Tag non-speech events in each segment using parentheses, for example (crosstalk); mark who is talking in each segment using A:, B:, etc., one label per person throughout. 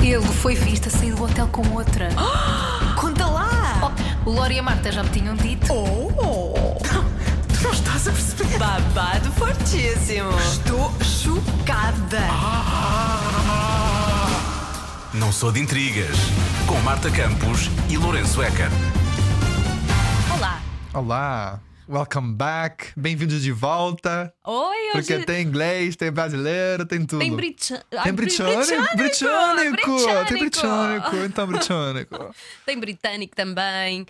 A: Ele foi visto a sair do hotel com outra.
B: (gasps) Conta lá!
A: Oh, o Lori e a Marta já me tinham dito.
B: Oh!
C: Tu não estás a perceber?
B: Babado fortíssimo!
C: Estou chocada.
D: Não sou de intrigas. Com Marta Campos e Lourenço Eker.
A: Olá!
E: Olá, welcome back, bem-vindos de volta.
A: Oi,
E: Porque
A: hoje.
E: tem inglês, tem brasileiro, tem tudo.
A: Tem britânico.
E: Tem britânico, britânico, tem britânico, então britânico.
A: (laughs) Tem britânico também.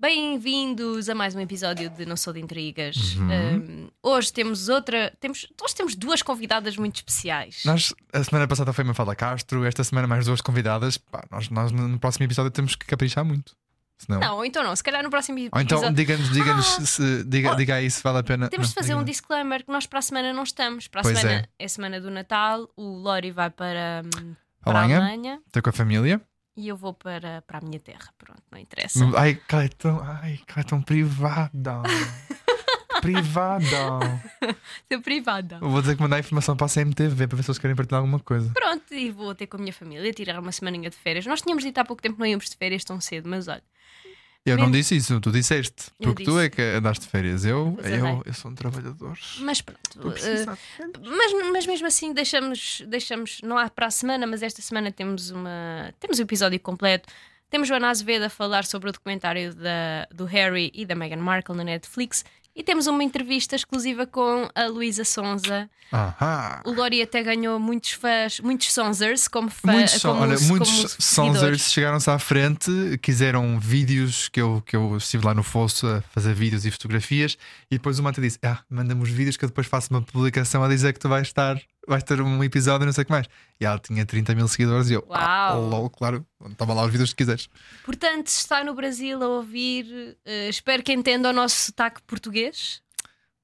A: Bem-vindos a mais um episódio de Não Sou de Intrigas.
E: Uhum.
A: Um, hoje temos outra. Temos, hoje temos duas convidadas muito especiais.
E: Nós, a semana passada foi Mafalda Castro, esta semana mais duas convidadas. Pá, nós, nós no próximo episódio temos que caprichar muito. Senão...
A: Não, ou então não, se calhar no próximo
E: Ou então,
A: episódio.
E: diga-nos, diga-nos, se- diga,
A: Oh.
E: diga aí se vale a pena.
A: Temos
E: Não,
A: de fazer
E: diga.
A: um disclaimer que nós para a semana não estamos. Para a
E: Pois
A: semana é. semana do Natal, o Lori vai para, hum, para a
E: Amanhã?
A: Alemanha
E: Estou com a família.
A: e eu vou para, para a minha terra. Pronto, não interessa.
E: Ai, cara, é tão, ai, cara, é
A: (laughs)
E: tão privada. privada.
A: Ser privada.
E: Eu Vou ter que mandar informação para a CMTV para ver se eles querem partilhar alguma coisa.
A: Pronto, e vou ter com a minha família tirar uma semaninha de férias. Nós tínhamos dito há pouco tempo que não íamos de férias tão cedo, mas olha.
E: Eu não
A: Mesmo-
E: disse isso, tu disseste.
A: Eu
E: Porque tu
A: disse.
E: é que andaste de férias. Eu,
A: Pois é, bem.
E: eu, eu sou um trabalhador.
A: Mas
E: Estou
A: pronto.
E: a precisar de férias.
A: eh, mas, mas mesmo assim deixamos, deixamos, não há para a semana, mas esta semana temos uma. Temos o episódio completo. Temos Joana Azevedo a falar sobre o documentário da, do Harry e da Meghan Markle na Netflix. E temos uma entrevista exclusiva com a Luísa Sonza.
E: Ahá.
A: O Lori até ganhou muitos fãs, muitos Sonzers como fã.
E: Muitos, son-
A: como,
E: olha,
A: como
E: muitos
A: seguidores.
E: Sonsers chegaram-se à frente, quiseram vídeos que eu, que eu estive lá no fosso a fazer vídeos e fotografias, e depois o Mata disse: Ah, manda-me os vídeos que eu depois faço uma publicação a dizer que tu vais estar, vais ter um episódio e não sei o que mais. E ela tinha 30 mil seguidores e eu, ah,
A: Uau.
E: lol, claro, toma lá os vídeos que quiseres.
A: Portanto, se está no Brasil a ouvir, eh, espero que entenda o nosso sotaque português.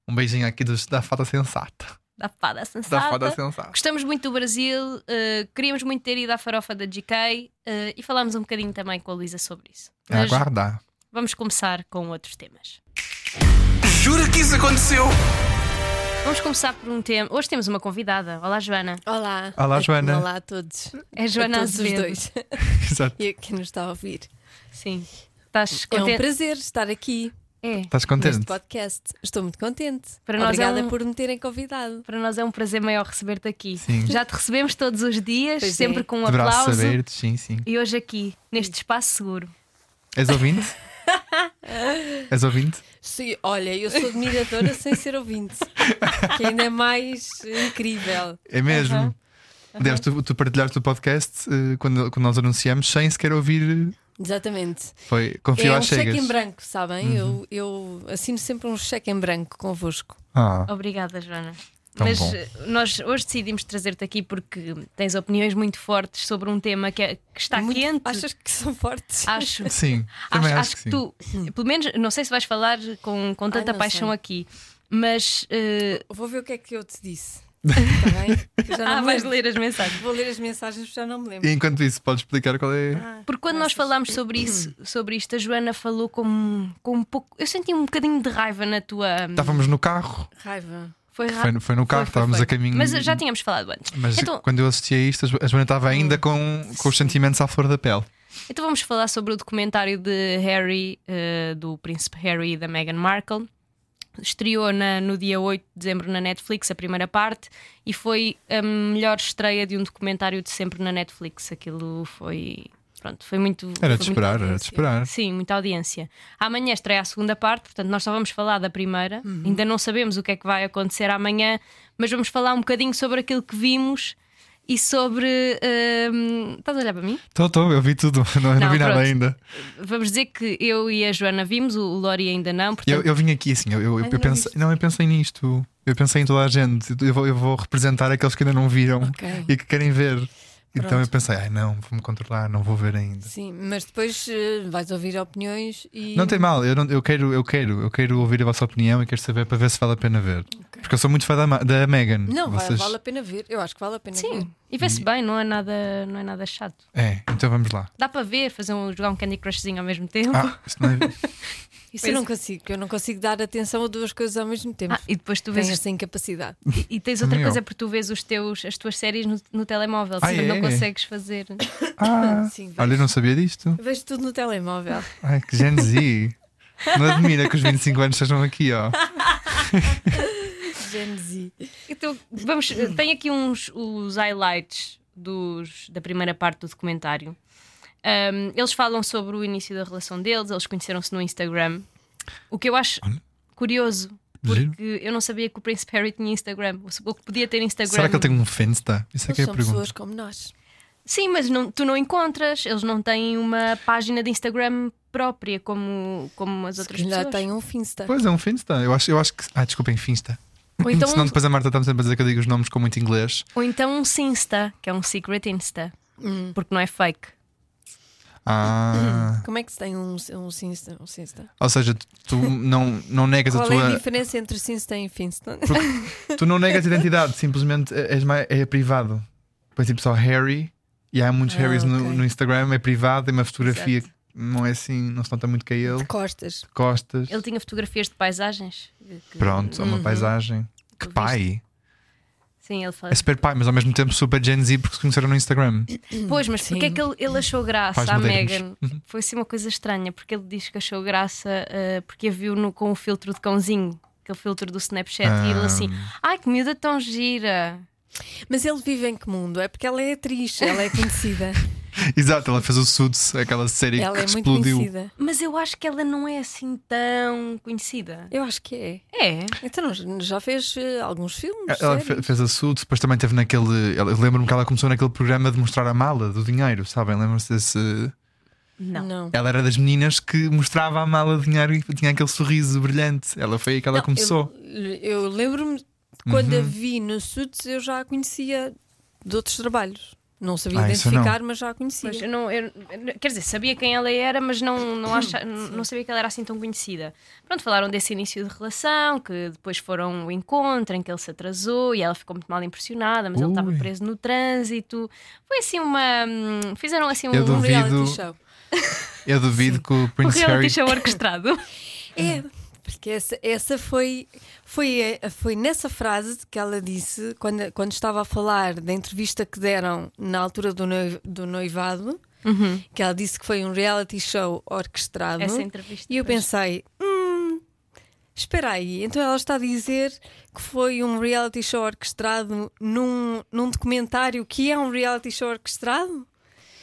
E: Um beijinho aqui dos, da fada sensata.
A: Da fada
E: Da
A: sensata.
E: fada sensata.
A: Gostamos muito do Brasil, eh, queríamos muito ter ido à farofa da GK eh, e falámos um bocadinho também com a Luísa sobre isso.
E: É
A: Mas
E: aguardar. (laughs)
A: vamos começar com outros temas.
D: Jura que isso aconteceu?
A: Vamos começar por um tema. Hoje temos uma convidada. Olá, Joana.
B: Olá!
E: Olá, Joana.
B: Olá a todos.
A: É Joana
B: a todos os
A: Azevedo.
B: dois.
E: Exato.
B: E a quem nos está a ouvir.
A: Sim. Estás
B: É um
A: contente?
B: prazer estar aqui
A: É,
E: Estás
B: neste
E: Tá contente?
B: podcast. Estou muito contente.
A: Para nós
B: Obrigada
A: é um-
B: por me terem convidado.
A: Para nós é um prazer maior receber-te aqui.
E: Sim.
A: Já te recebemos todos os dias,
B: Pois é.
A: sempre com um
E: Deverá
A: aplauso.
E: saber-te, sim, sim.
A: E hoje aqui, neste espaço seguro. (laughs)
E: És ouvinte? És ouvinte?
B: Sim, olha, eu sou admiradora (laughs) sem ser ouvinte. Que ainda é mais incrível.
E: É mesmo. Aliás, tu, tu partilhaste o podcast eh, quando, quando nós anunciamos sem sequer ouvir. eh,
B: Exatamente.
E: Foi, confio
B: é um
E: às cegas. Uhum.
B: cheque em branco, sabem? Eu, eu assino sempre um cheque em branco convosco.
E: Ah,
A: Obrigada, Joana.
E: Tão
A: Mas
E: bom.
A: eh, nós hoje decidimos trazer-te aqui porque tens opiniões muito fortes sobre um tema que, é- que está
B: Muito-
A: quente.
B: Achas que são fortes?
A: Acho.
E: sim,
A: Acho,
E: também acho,
A: acho
E: que
A: que
E: sim.
A: tu, pelo menos, não sei se vais falar com, com tanta
B: Hum. não
A: paixão
B: sei.
A: aqui, mas. eh,
B: Vou ver o que é que eu te
E: (laughs)
B: disse. Está bem? Eu já não
A: ah,
B: me
A: vais
B: lembro.
A: ler as mensagens.
B: Vou ler as mensagens, já não me lembro.
E: E enquanto isso, podes explicar qual é.
B: Ah,
A: Porque quando nós falámos sobre isso,
B: Hum.
A: sobre isto, a Joana falou com, com um pouco. Eu senti um bocadinho de raiva na tua.
E: Estávamos no carro.
B: Raiva.
A: Foi raiva.
E: Tá, Foi, foi no carro,
A: Ah, foi,
E: estávamos
A: foi.
E: a caminho.
A: Mas já tínhamos falado antes.
E: Mas
A: Então- Hum.
E: quando eu assisti a isto, a Jo- a Joana estava ainda com, com os sentimentos à flor da pele.
A: Então vamos falar sobre o documentário de Harry, eh, do príncipe Harry e da Meghan Markle. Estreou na- no dia 8 de dezembro na Netflix a primeira parte e foi a melhor estreia de um documentário de sempre na Netflix. Aquilo foi. Pronto, foi muito.
E: Era de
A: foi muito-
E: esperar, era de esperar.
A: Sim, muita audiência. Amanhã estreia a segunda parte, portanto, nós só vamos falar da primeira. Ainda não sabemos o que é que vai acontecer amanhã, mas vamos falar um bocadinho sobre aquilo que vimos e sobre. ehm, estás a olhar para mim?
E: Estou, estou, eu vi tudo, (laughs) não, eu não
A: Não,
E: vi nada
A: pronto.
E: ainda.
A: Vamos dizer que eu e a Joana vimos, o o Lori ainda não,
E: Eu,
A: portanto,
E: eu vim aqui assim, eu, eu, eu,
B: Ainda não
E: pensei, não, eu pensei nisto. Eu pensei em toda a gente. Eu vou, eu vou representar aqueles que ainda não viram
B: Ok.
E: e que querem ver. Então
B: Pronto.
E: eu pensei, ai não, vou-me controlar, não vou ver ainda.
B: Sim, mas depois eh, vais ouvir opiniões e.
E: Não tem mal, eu, não- eu quero, eu quero, eu quero ouvir a vossa opinião e quero saber para ver se vale a pena ver. Porque eu sou muito fã da, Ma- da Megan.
B: Não, vai-
E: Vocês-
B: vale a pena ver. Eu acho que vale a pena ver.
A: sim. E vê-se
E: Hum.
A: bem, não é, nada, não é nada chato.
E: É, então vamos lá.
A: Dá para ver, fazer um, jogar um Candy Crushzinho ao mesmo tempo.
B: (laughs)
E: Ah, isto não é...
B: Isso eu não consigo, eu não consigo dar atenção a duas coisas ao mesmo tempo.
A: Ah, e depois tu
B: Tenho
A: vês.
B: essa incapacidade.
A: E tens outra
E: Também eu.
A: coisa, porque tu vês os teus, as tuas séries no, no telemóvel,
E: Ah,
A: também
E: é?
A: não consegues fazer.
E: Ah,
B: (laughs) Sim, vejo.
E: olha, eu não sabia disto.
B: Vejo tudo no telemóvel.
E: Ai, que Gen Z. Não admira que os 25 anos estejam aqui,
B: (laughs)
E: ó.
B: (laughs) Gen Z.
A: Então, vamos, tem aqui uns os highlights dos, da primeira parte do documentário. Um, eles falam sobre o início da relação deles, eles conheceram-se no Instagram. O que eu acho curioso,
E: Giro.
A: porque eu não sabia que o Prince Harry tinha Instagram, ou que podia ter Instagram.
E: Será que ele tem um Fensta? Isso é
B: Eles
E: que é a
B: são
E: pergunta.
B: pessoas como nós.
A: Sim, mas não- tu não encontras, eles não têm uma página de Instagram própria como, como as
B: Se
A: outras
B: calhar
A: pessoas.
E: (laughs)
B: têm um Finsta.
E: Pois é, um Finsta. Eu acho, eu acho que. Ah, desculpem, Finsta.
A: Ou então,
E: Senão depois a Marta está-me sempre a dizer que eu digo os nomes com muito inglês.
A: ou então um Sinsta, que é um secret Insta,
B: Hum.
A: porque não é fake.
E: Ah.
B: Como é que se tem um, um Sinsta? Um Sinsta?
E: Ou seja, tu- tu não, não negas a
B: Qual é a
E: tua.
B: diferença entre Sinsta
E: (laughs)
B: e Finsta?
E: Tu não negas a identidade, simplesmente és mais, é privado. Pois tipo só Harry, e há muitos
B: Ah,
E: Harrys no,
B: ok.
E: no Instagram, é privado, tem uma fotografia que não é assim, não se nota muito que é ele.
B: Costas.
E: Costas,
A: Ele tinha fotografias de paisagens. que-
E: pronto, é
B: Uhum.
E: uma paisagem. Que
A: viste?
E: pai!
A: Sim, ele fala.
E: É super pai, mas ao mesmo tempo super Gen Z porque se conheceram no
B: (laughs)
E: Instagram.
A: Pois, mas porque é que ele, ele achou graça
E: Pais
A: à
E: modernos.
A: Megan? Foi assim uma coisa estranha, porque ele diz que achou graça ah, porque a viu no- com o filtro de cãozinho, aquele filtro do Snapchat, e
E: Ah.
A: ele assim, ai que miúda tão gira.
B: Mas ele vive em que mundo? É porque ela é atriz, ela é conhecida.
E: Exato, ela fez o Suits, aquela série
B: ela
E: que
B: é muito
E: explodiu.
B: conhecida.
A: Mas eu acho que ela não é assim tão conhecida.
B: Eu acho que é.
A: É.
B: Então não- já fez eh, alguns filmes.
E: É, Ela Ah, fe-
B: séries.
E: fez a Suits, depois também teve naquele. ela- Eu lembro-me que ela começou naquele programa de mostrar a mala do dinheiro, sabem? Lembram-se desse.
A: Não.
B: Não.
E: Ela era das meninas que mostrava a mala de dinheiro e tinha aquele sorriso brilhante. Ela foi aí que ela
B: Não,
E: começou. Uhum.
B: Eu, eu lembro-me de quando a vi no Suits, eu já a conhecia de outros trabalhos. Não sabia
E: Ah, isso não.
B: identificar, mas já a conhecia.
A: Pois, eu não, eu- quer dizer, sabia quem ela era, mas não, não, acha- não sabia que ela era assim tão conhecida. Pronto, falaram desse início de relação, que depois foram o encontro em que ele se atrasou e ela ficou muito mal impressionada, mas ele estava
E: Ui.
A: preso no trânsito. Foi assim uma. hum, Fizeram assim um,
E: Eu
B: Um
E: duvido.
B: reality show.
E: Eu duvido que o
A: um
E: Prince Harry.
A: reality show orquestrado.
B: É, porque essa, essa foi, foi, a- foi nessa frase que ela disse quando, quando estava a falar da entrevista que deram na altura do, noiv- do noivado, que ela disse que foi um reality show orquestrado.
A: Uhum. Essa entrevista.
B: E eu
A: pois.
B: pensei, hum, espera aí, então ela está a dizer que foi um reality show orquestrado num, num documentário que é um reality show orquestrado?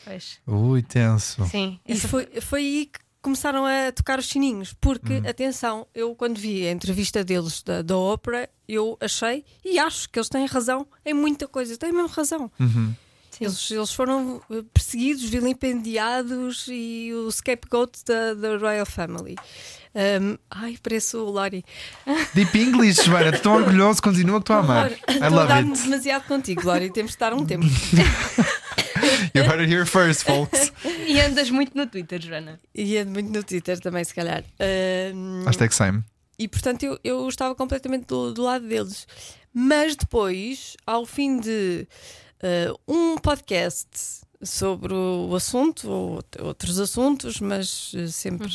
A: Pois.
E: Ui, tenso.
A: Sim,
B: E
A: essa
B: foi, foi aí que começaram a tocar os sininhos, porque,
E: Uhum.
B: atenção, eu quando vi a entrevista deles da, da ópera, eu achei e acho que eles têm razão em muita coisa, têm mesmo razão.
E: Uhum.
B: Eles, eles foram eh, perseguidos, vilipendiados e o scapegoat da, da Royal Family. Ahm, ai, parece o Lori.
E: Deep English, Joana, estou orgulhoso, continua que estou a amar. I
B: Estou a
E: love
B: dar-me
E: it.
B: demasiado contigo, Lori. Temos de estar
E: (laughs)
B: um tempo.
E: You heard it here first,
B: (laughs)
E: folks.
A: E andas muito no Twitter, Joana.
B: E é muito no Twitter também, se calhar. Ahm,
E: Hashtag same.
B: E portanto eu, eu estava completamente do, do lado deles. Mas depois, ao fim de eh, um podcast sobre o assunto, ou t- outros assuntos, mas eh, sempre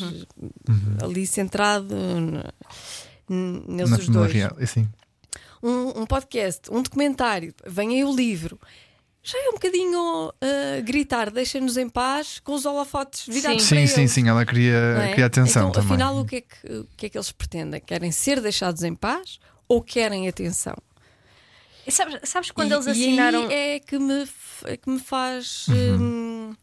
B: ali centrado n- n- neles
E: Uhum. Na
B: os dois.
E: memória. Assim.
B: Um, um podcast, um documentário, vem aí o livro. Já é um bocadinho eh, gritar, deixa-nos em paz, com os holofotes virados para
E: Sim, sim,
B: eles.
E: sim, ela queria,
B: Não é?
E: Eh, queria atenção
B: então,
E: também.
B: Afinal, o que, é que, o que é que eles pretendem? Querem ser deixados em paz ou querem atenção?
A: E sabes, sabes quando
B: E-
A: eles
B: e aí
A: assinaram.
B: é que me, f- que me faz
E: Uhum.
B: hum,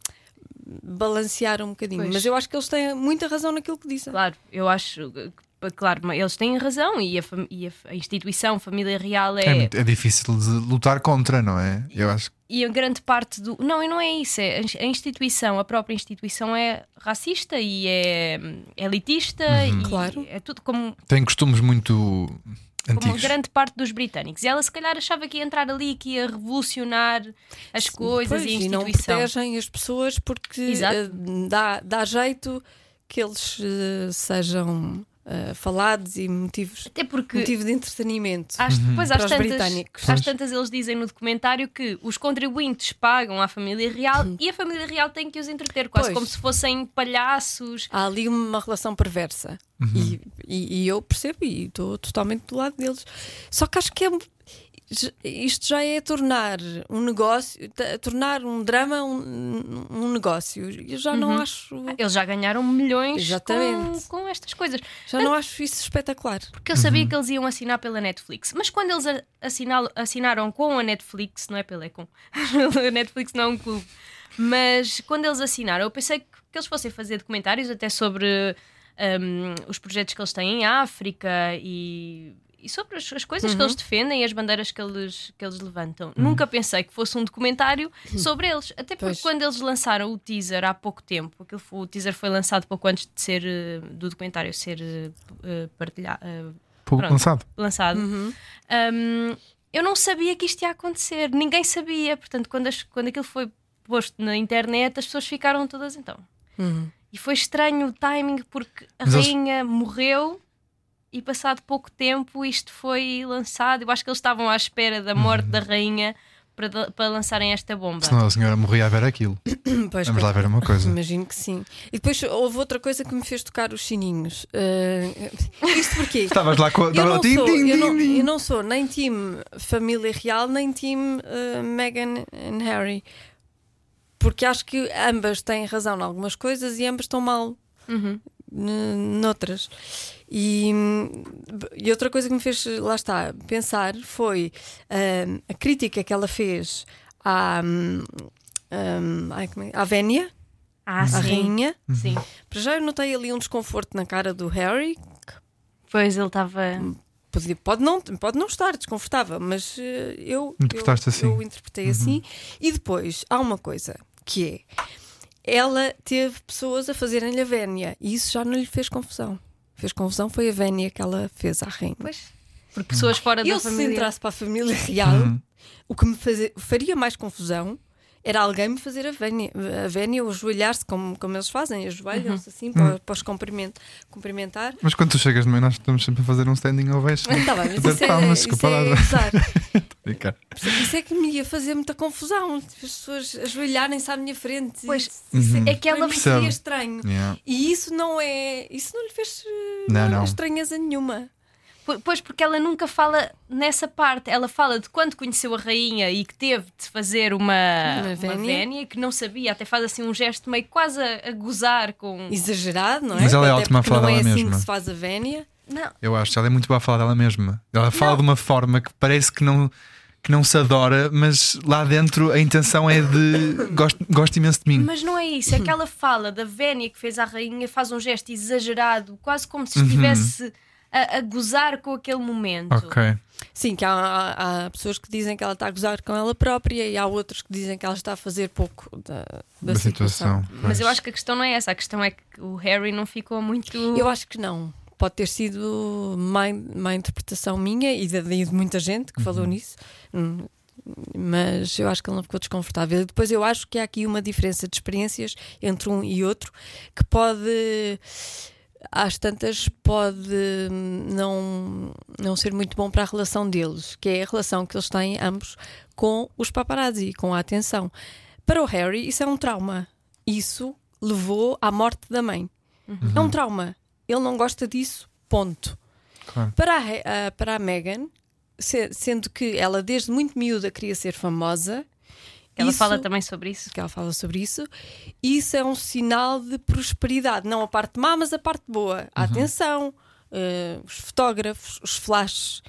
B: balancear um bocadinho.
A: Pois.
B: Mas eu acho que eles têm muita razão naquilo que dizem.
A: Claro, eu acho. que- Claro, mas eles têm razão e a, fam- e a f- a instituição, a família real
E: É, muito- é difícil de lutar contra, não é? Eu acho que
A: e a grande parte do. Não, e não é isso. É a ins- a instituição, a própria instituição é racista e é hum, elitista e
B: Claro.
A: é tudo como,
E: tem costumes muito
A: como
B: um
E: antigos.
A: grande parte dos britânicos. E ela se calhar achava que ia entrar ali, que ia revolucionar as coisas
B: Pois,
A: e a
B: e não
A: instituição.
B: protegem as pessoas porque
A: Exato.
B: eh, dá, dá jeito que eles eh, sejam ah, falados e motivos,
A: Até porque
B: motivo de entretenimento.
A: Às, depois,
B: Para
A: às
B: os
A: tantas,
B: britânicos.
A: às tantas, eles dizem no documentário que os contribuintes pagam à família real e a família real tem que os entreter, quase
B: Uhum. Pois.
A: como se fossem palhaços.
B: Há ali uma relação perversa.
E: Uhum.
B: E, e- e eu percebo e estou totalmente do lado deles. Só que acho que é. Isto já é tornar um negócio, t- tornar um drama um, um negócio. Eu já não acho.
A: Eles já ganharam milhões com,
B: Exatamente.
A: com estas coisas.
B: Já não acho isso espetacular.
A: Porque eu sabia que eles iam assinar pela Netflix. Mas quando eles a- assinal- assinaram com a Netflix, não é pela é com. (laughs) a Netflix não é um clube. Mas quando eles assinaram, eu pensei que que eles fossem fazer documentários até sobre hum, os projetos que eles têm em África e, e sobre as, as coisas que eles defendem e as bandeiras que eles, que eles levantam. Nunca pensei que fosse um documentário sobre eles. Até porque
B: Pois.
A: quando eles lançaram o teaser há pouco tempo, aquilo foi- o teaser foi lançado pouco antes de ser eh, do documentário ser eh, partilhado
E: Pô,
A: Pronto.
E: lançado.
A: lançado.
B: Uhum.
A: Um, eu não sabia que isto ia acontecer, ninguém sabia. Portanto, quando, as- quando aquilo foi posto na internet, as pessoas ficaram todas então. E foi estranho o timing, porque a
E: Mas eles-
A: rainha morreu e, passado pouco tempo, isto foi lançado. Eu acho que eles estavam à espera da morte da rainha para, da- para lançarem esta bomba.
E: Uhum. Senão a senhora morria a ver aquilo.
B: Pois,
E: Vamos lá ver uma
B: (laughs)
E: coisa.
B: Imagino que sim. E depois houve outra coisa que me fez tocar os sininhos. Ah, (laughs) isto porquê?
E: Estavas lá com a.
B: Eu
E: Estavas lá-
B: não,
E: Tim,
B: sou,
E: tim,
B: eu, não,
E: tim, tim.
B: eu não sou nem time família real, nem time Megan and Harry. Porque acho que ambas têm razão em algumas coisas e ambas estão mal n- noutras. E, hum, e outra coisa que me fez, lá está, pensar foi hum, a crítica que ela fez à, hum, hum, ai, como é? à Vénia,
A: Ah,
B: à rainha.
A: sim.
E: Uhum.
B: Para já eu notei ali um desconforto na cara do Harry,
A: Pois ele estava.
B: Podia- pode, não, pode não estar desconfortável, mas eh, eu,
E: Interpretaste
B: eu,
E: assim.
B: eu interpretei assim. E depois há uma coisa que é: ela teve pessoas a fazerem-lhe a vénia e isso já não lhe fez confusão. Fez confusão foi a vénia que ela fez à rainha.
A: Pois. Porque pessoas fora
B: eu,
A: da
B: se
A: família.
B: entrasse para a família
E: Uhum.
B: real, o que me faze- faria mais confusão era alguém me fazer a vénia, a vénia ou ajoelhar-se, como, como eles fazem, ajoelham-se
E: Uhum.
B: assim para, para os cumprimentar. cumprimentar.
E: Mas quando tu chegas de manhã, nós estamos sempre a fazer um standing ovation.
B: Tá bem, mas
E: Fazer
B: isso é,
E: palmas,
B: isso
E: Então desculpa
B: é
E: lá.
B: gozar.
E: Fica.
B: Isso é que me ia fazer muita confusão. tipo, As pessoas ajoelharem-se à minha frente.
A: Pois,
B: isso
A: é que ela
B: para mim
E: percebe.
B: seria estranho.
E: Yeah.
B: E isso não é. Isso não lhe fez eh,
E: Não, não.
B: estranheza nenhuma.
A: Po- Pois, porque ela nunca fala nessa parte. Ela fala de quando conheceu a rainha e que teve de fazer uma, uma
B: vénia.
A: vénia, que não sabia, até faz assim um gesto meio quase a, a gozar com.
B: Exagerado, não é?
E: Mas ela é
B: Até
E: ótima a
B: porque
E: falar
B: Não é
E: dela
B: assim
E: mesma.
B: que se faz a vénia.
A: Não,
E: Eu acho que ela é muito boa a falar dela mesma. Ela fala de uma forma que parece que não, que não se adora, mas lá dentro a intenção é de
B: (coughs)
E: gosto, gosto imenso de mim.
A: mas não é isso. É que ela fala da vénia que fez à rainha, faz um gesto exagerado, quase como se estivesse a, a gozar com aquele momento.
E: Ok.
B: Sim, que há, há- há pessoas que dizem que ela está a gozar com ela própria e há outros que dizem que ela está a fazer pouco da, da
E: Da situação.
A: Mas eu acho que a questão não é essa. A questão é que o Harry não ficou muito.
B: Eu acho que não. Pode ter sido má, má interpretação minha e de, de muita gente que falou nisso, Hum, mas eu acho que ele não ficou desconfortável. E depois eu acho que há aqui uma diferença de experiências entre um e outro que pode, às tantas, pode hum, não, não ser muito bom para a relação deles, que é a relação que eles têm ambos com os paparazzi, com a atenção. Para o Harry, isso é um trauma. Isso levou à morte da mãe. É um trauma. Ele não gosta disso, ponto.
E: Claro.
B: Para, a, He- ah, para a Megan, se- sendo que ela desde muito miúda queria ser famosa,
A: ela
B: isso-
A: fala também sobre isso.
B: que ela fala sobre isso, isso é um sinal de prosperidade. Não a parte má, mas a parte boa. A atenção, eh, os fotógrafos, os flashes.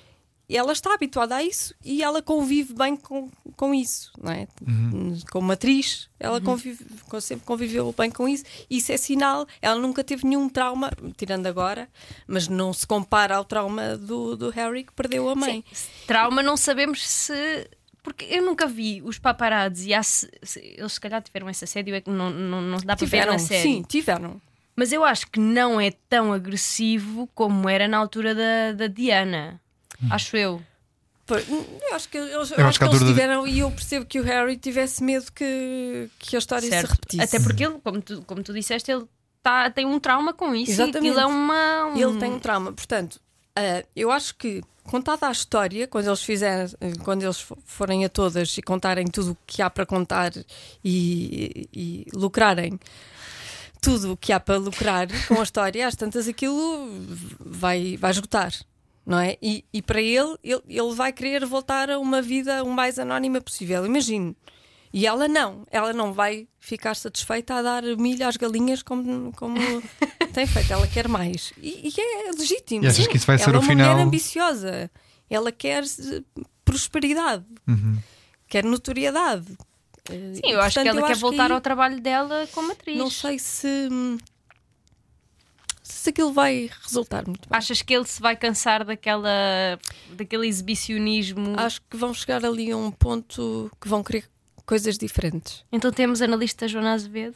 B: Ela está habituada a isso e ela convive bem com, com isso, não é? Como atriz, ela
A: Uhum.
B: convive, con- sempre conviveu bem com isso. Isso é sinal. Ela nunca teve nenhum trauma, tirando agora, mas não se compara ao trauma do, do Harry que perdeu a mãe.
A: Trauma não sabemos se. Porque eu nunca vi os paparazzi. Há se- se- eles se calhar tiveram esse assédio, é que não, não, não dá para ver
B: Tiveram,
A: na série.
B: sim, tiveram.
A: Mas eu acho que não é tão agressivo como era na altura da, da Diana. Acho eu.
B: Pô, Eu acho que eles, eu
E: acho
B: acho
E: que
B: que
E: a
B: eles
E: altura de-
B: tiveram e eu percebo que o Harry tivesse medo que, que a história se
A: certo?
B: repetisse.
A: Até porque ele, como tu, como tu disseste, ele tá- tem um trauma com isso
B: Exatamente.
A: e aquilo é uma. um-
B: Ele tem um trauma. Portanto, ah, eu acho que contada a história, quando eles fizerem, quando eles fo- forem a todas e contarem tudo o que há para contar e, e lucrarem tudo o que há para lucrar com a história, às tantas aquilo vai, vai esgotar. Não é? e, e para ele, ele, ele vai querer voltar a uma vida o mais anónima possível, imagino. E ela não, ela não vai ficar satisfeita a dar milho às galinhas como,
A: (laughs)
B: como tem feito, ela quer mais. E, e é legítimo.
E: E achas
B: sim.
E: que isso vai
B: ela
E: ser
B: é
E: o
B: uma
E: final?
B: mulher ambiciosa, ela quer eh, prosperidade,
E: Uhum.
B: quer notoriedade. Eh,
A: Sim, eu acho que ela quer voltar ao trabalho dela como atriz.
B: Não sei se, hum, se aquilo vai resultar muito bem.
A: Achas que ele se vai cansar daquela, daquele exibicionismo?
B: Acho que vão chegar ali a um ponto que vão querer coisas diferentes.
A: Então temos a analista Joana Azevedo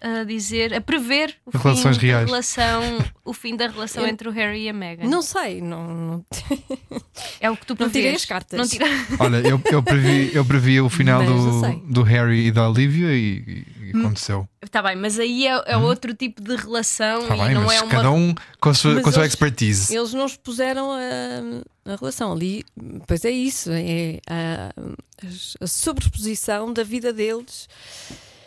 A: a dizer, a prever o
E: Relações
A: fim
E: reais.
A: da relação, o fim da
B: (laughs)
A: relação entre o Harry e a Meghan.
B: Não sei, não, (laughs) não-
A: é o que tu
B: não
A: prevês.
B: tirei as cartas.
A: Não tira-
E: Olha, eu, eu, previ, eu previ o final
B: Mas não sei. Hum.
E: do, do Harry e da Olivia e, e- e aconteceu.
A: Tá bem, mas aí é, é outro tipo de relação
E: Está
A: e
E: Uhum. Tá bem,
A: não
E: mas
A: é uma
E: cada um com a sua,
B: Mas
E: com a sua
B: eles-
E: expertise.
B: Eles não expuseram a, a relação ali. Pois é isso, é a, a sobreexposição da vida deles.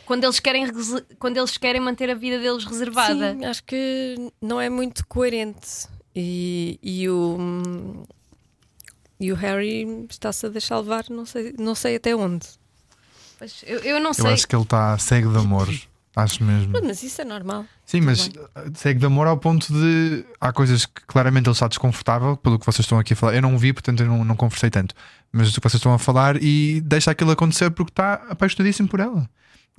A: quando eles querem rese- quando eles querem manter a vida deles reservada.
B: Sim, acho que não é muito coerente. E, e o e o Harry está-se a deixar levar, não sei, não sei até onde.
A: Pois, eu, eu não
E: Eu
A: sei.
E: acho que ele está cego de amor. Acho mesmo.
B: Mas isso é normal.
E: Sim, mas segue de amor ao ponto de. Há coisas que claramente ele está desconfortável, pelo que vocês estão aqui a falar. Eu não o vi, portanto eu não, não conversei tanto. Mas o que vocês estão a falar e deixa aquilo acontecer porque está apaixonadíssimo por ela.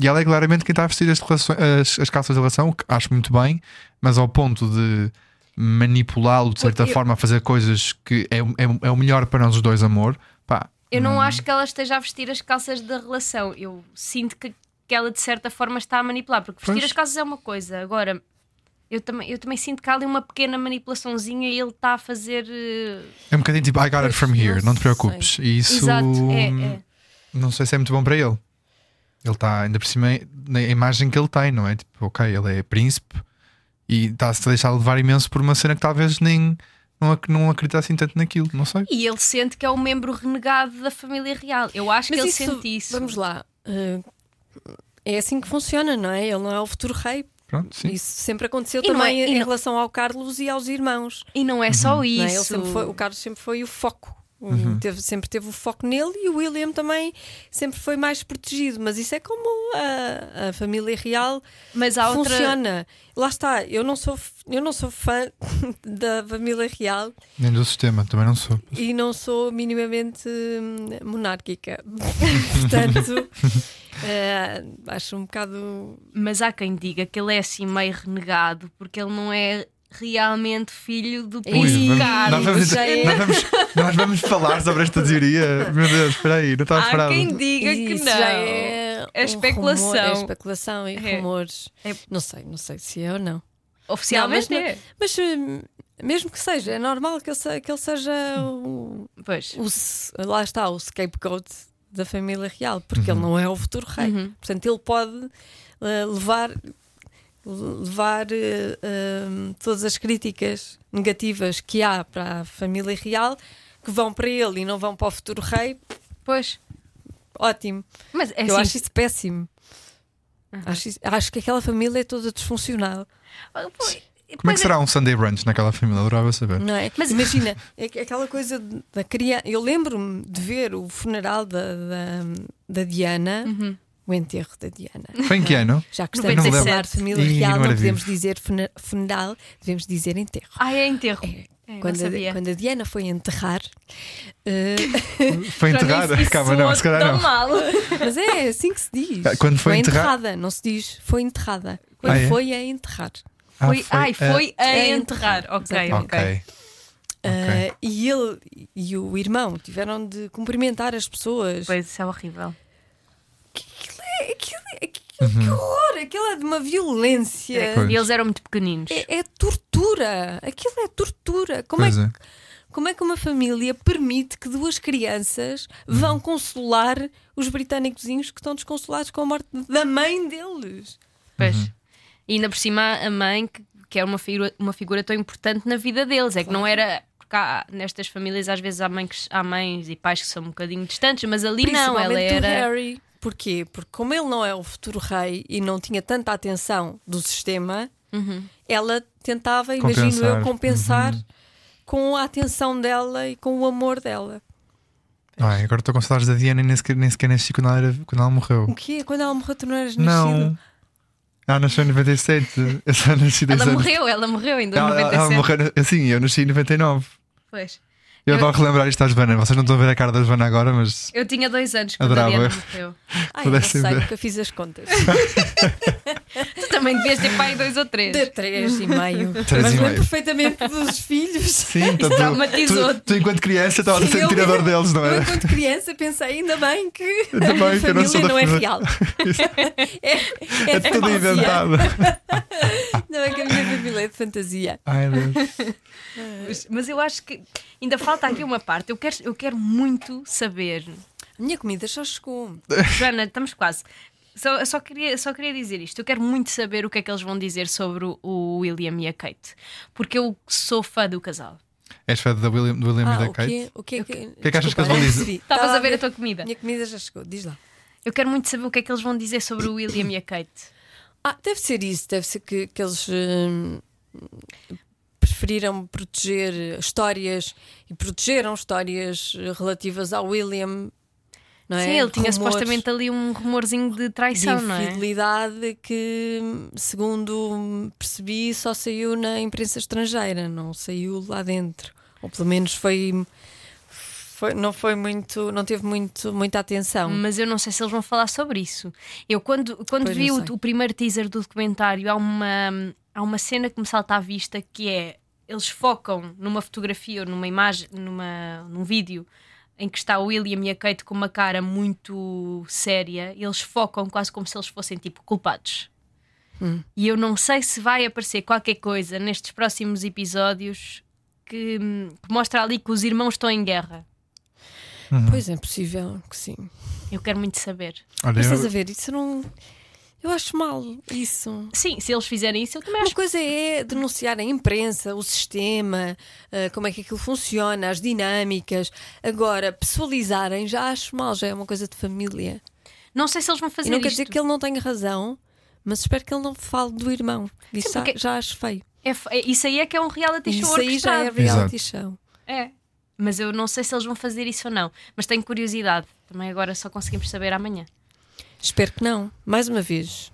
E: E ela é claramente quem está a vestir as, relaço- as, as calças da relação, o que acho muito bem, mas ao ponto de manipulá-lo de certa
A: Eu-
E: forma a fazer coisas que é, é, é o melhor para nós os dois, amor. Pá,
A: Eu não acho que ela esteja a vestir as calças da relação. Eu sinto que, que ela, de certa forma, está a manipular. Porque vestir
E: Pois.
A: as calças é uma coisa. Agora, eu também, eu também sinto que há ali uma pequena manipulaçãozinha e ele está a fazer. eh,
E: é um bocadinho tipo I got it from
B: Pois,
E: here,
B: não
E: não te preocupes. E isso. hum.
A: Exato, é, é.
E: não sei se é muito bom para ele. Ele está, ainda por cima, na imagem que ele tem, não é? Tipo, ok, ele é príncipe e está-se a deixar levar imenso por uma cena que talvez nem não, ac- não acredita assim tanto naquilo, não sei.
A: E ele sente que é um membro renegado da família real. Eu acho que ele sente isso.
B: Vamos lá. eh, é assim que funciona, não é? Ele não é o futuro rei.
E: Pronto, sim.
B: Isso sempre aconteceu
A: E não
B: também
A: é- e
B: em
A: não-
B: relação ao Carlos e aos irmãos.
A: E não é
E: Uhum.
A: só
B: não
A: isso.
B: é? Ele sempre foi- o Carlos sempre foi o foco. O- teve- sempre teve o foco nele e o William também sempre foi mais protegido. Mas isso é como a, a família real
A: Mas há outra.
B: funciona. Lá está, eu não sou, f- eu não sou fã (laughs) da família real
E: Nem do sistema, também não sou.
B: e não sou minimamente hum, monárquica. (laughs) Portanto, eh, acho um bocado.
A: Mas há quem diga que ele é assim meio renegado porque ele não é realmente filho do príncipe
E: vamos-
A: Carlos.
E: nós, vamos,
B: já é.
E: nós, vamos, nós vamos falar sobre esta teoria. Meu Deus, espera aí, não tá estava
A: Há
E: esperado.
A: quem diga que
B: Isso
A: não.
B: já é,
A: É
B: um
A: especulação.
B: rumor, é especulação e
A: É.
B: rumores.
A: É.
B: Não sei, não sei se é ou não.
A: Oficialmente
B: Não, mas
A: é.
B: Mas hum, mesmo que seja, é normal que ele, se- que ele seja o,
A: Pois.
B: o se- lá está, o scapegoat da família real, porque ele não é o futuro rei.
A: Uhum.
B: Portanto, ele pode eh, levar levar eh, hum, todas as críticas negativas que há para a família real que vão para ele e não vão para o futuro rei.
A: Pois.
B: Ótimo.
A: Mas é
B: Eu
A: assim,
B: acho isso péssimo. Acho, isso- acho que aquela família é toda disfuncional.
A: ah, pois-
E: Como é
A: pois
E: que será um Sunday brunch naquela família? Adorava saber.
B: Não é?
A: Mas-
B: Mas imagina, é que aquela coisa de- da criança. Eu lembro-me de ver o funeral da, da, da Diana,
A: Hum. Uhum.
B: o enterro da Diana.
E: Foi em que ano?
B: Já que estamos a
A: 97.
B: falar de família
E: Ih,
B: real, não
E: maravilha.
B: podemos dizer fune- funeral, devemos dizer enterro.
A: Ah, é enterro. É, não
B: quando,
A: sabia.
B: a, quando a Diana foi enterrar. eh,
E: Foi
A: Já
E: enterrada?
A: disse isso,
E: Calma, não, se calhar
A: tão
E: não.
A: mal.
B: mas é assim que se diz.
E: Ah, Quando foi enterrar-
B: enterrada, não se diz, foi enterrada. Quando
E: é?
B: foi a enterrar.
E: Ah,
A: Foi, ai,
E: ah,
A: foi a
B: é
A: enterrar. Ok,
B: enterrar.
A: ok.
E: Ok.
B: Eh, e ele e o irmão tiveram de cumprimentar as pessoas.
A: Pois isso é horrível.
B: Aquilo é, aquilo é- aquilo- que horror! Aquilo é de uma violência.
E: Pois.
A: E eles eram muito pequeninos.
B: É, é tortura! Aquilo é tortura! Como é,
E: Pois
B: que-
E: é.
B: como é que uma família permite que duas crianças vão consolar
E: Uhum.
B: os britânicozinhos que estão desconsolados com a morte da mãe deles?
A: Pois. E ainda por cima a mãe, que, que é uma figura, uma figura tão importante na vida deles, é que não era. Porque há, nestas famílias às vezes há mães, que- há mães e pais que são um bocadinho distantes, mas ali não, ela
B: Principalmente
A: era.
B: do Harry. Porquê? Porque como ele não é o futuro rei e não tinha tanta atenção do sistema,
A: Uhum.
B: ela tentava, imagino
E: Compensar. Uhum.
B: eu, compensar com a atenção dela e com o amor dela.
E: Ai, agora estou com saudades da Diana e nem sequer, nem sequer nasci quando ela, era- quando ela
B: O
E: morreu.
B: quê? Quando ela morreu, tu não eras nascido?
E: Não. Ela nasceu em 97. Eu só nasci dois
A: Ela
E: anos.
A: morreu, ela morreu ainda
E: Ela,
A: em
E: ela-
A: 97.
E: ela morreu. Sim, eu nasci em 99.
A: Pois.
E: Eu
A: Eu-
E: adoro relembrar isto à Joana. Vocês não estão a ver a cara da Joana agora, mas.
A: Eu tinha dois anos quando
E: Adorava.
A: a Diana morreu.
B: Ai, eu não
E: Pudessem
B: sei,
E: ver.
B: nunca fiz as
A: (laughs)
B: contas.
A: Tu também devias ter pai dois ou três.
B: De três e meio.
E: Três
B: Mas
E: e
B: lembro
E: meio.
B: perfeitamente dos
E: (laughs)
B: filhos.
E: Sim, então tu,
A: traumatizou-te.
E: tu, tu, enquanto criança, estavas a
B: Sim, eu-
E: sentir a dor deles, não é?
B: Eu,
E: era?
B: enquanto criança, pensei, ainda bem que
E: Ainda
B: a minha
E: bem que eu não
B: família
E: sou
B: não,
E: da
B: é
E: família. (laughs)
B: real. (laughs) é, é,
E: É tudo
B: fantasia.
E: inventado.
B: Não é que a minha família é de fantasia.
E: Ai, Deus.
A: Mas- Mas eu acho que ainda falta aqui uma parte. Eu quero, eu quero muito saber.
B: A minha comida já chegou.
A: Joana, estamos quase. Só, só, queria, só queria dizer isto. Eu quero muito saber o que é que eles vão dizer sobre o- o William e a Kate. Porque eu sou fã do casal.
E: És fã da William, do William e
B: Ah,
E: da
B: o
E: Kate?
B: quê? O quê? O quê?
E: que é que achas que eles
B: Desculpa,
E: vão
B: não
E: dizer?
B: percebi.
A: Estavas
B: Estava
A: a ver a tua comida.
B: Minha comida já chegou, diz lá.
A: Eu quero muito saber o que é que eles vão dizer sobre o William e a Kate.
B: Ah, deve ser isso, deve ser que, que eles hum, preferiram proteger histórias e protegeram histórias eh, relativas ao William. Não é?
A: Sim, ele tinha
B: Rumores
A: supostamente ali um rumorzinho de
B: de
A: traição, não é?
B: infidelidade que, hum, segundo hum, percebi, só saiu na imprensa estrangeira, não saiu lá dentro. Ou pelo menos foi. foi- não foi muito, não teve muito, muita atenção.
A: Mas eu não sei se eles vão falar sobre isso. Eu, quando, quando
B: Pois,
A: vi
B: não
A: o,
B: sei.
A: o primeiro teaser do documentário, há uma, há uma cena que me salta à vista que é eles focam numa fotografia ou numa imagem, numa, num vídeo em que está o William e a Kate com uma cara muito séria, e eles focam quase como se eles fossem tipo culpados.
B: Hum.
A: E eu não sei se vai aparecer qualquer coisa nestes próximos episódios que, que mostra ali que os irmãos estão em guerra.
B: Pois é possível que sim.
A: Eu quero muito saber.
E: Olha,
B: Mas estás a
E: eu,
B: ver, isso não. Eu acho mal isso.
A: Sim, se eles fizerem isso, eu também acho
B: Uma coisa é denunciar a imprensa, o sistema, ah, como é que aquilo funciona, as dinâmicas. Agora, pessoalizarem já acho mal, já é uma coisa de família.
A: Não sei se eles vão fazer
B: e não quer
A: isto.
B: dizer que ele não tenha razão, mas espero que ele não fale do irmão. Isso
A: Sim,
B: já-
A: porque-
B: já acho feio.
A: É f- é- isso aí é que é um reality show
B: Isso aí já é
A: orquestrado.
B: reality show.
A: É. Mas eu não sei se eles vão fazer isso ou não. Mas tenho curiosidade. Também agora só conseguimos saber amanhã.
B: Espero que não. Mais uma vez,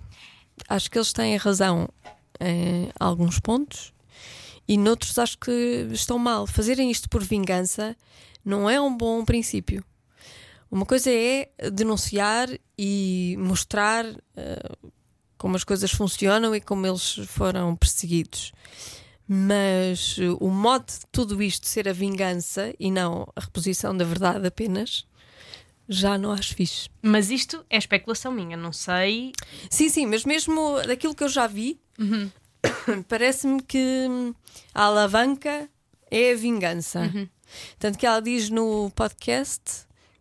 B: acho que eles têm razão em alguns pontos e noutros acho que estão mal. Fazerem isto por vingança não é um bom princípio. Uma coisa é denunciar e mostrar eh, como as coisas funcionam e como eles foram perseguidos. Mas eh, o modo de tudo isto ser a vingança e não a reposição da verdade apenas, já não acho fixe.
A: Mas isto é especulação minha, não sei.
B: Sim, sim, mas mesmo daquilo que eu já vi, (coughs) parece-me que hum, a alavanca é a vingança.
A: Uhum.
B: Tanto que ela diz no podcast: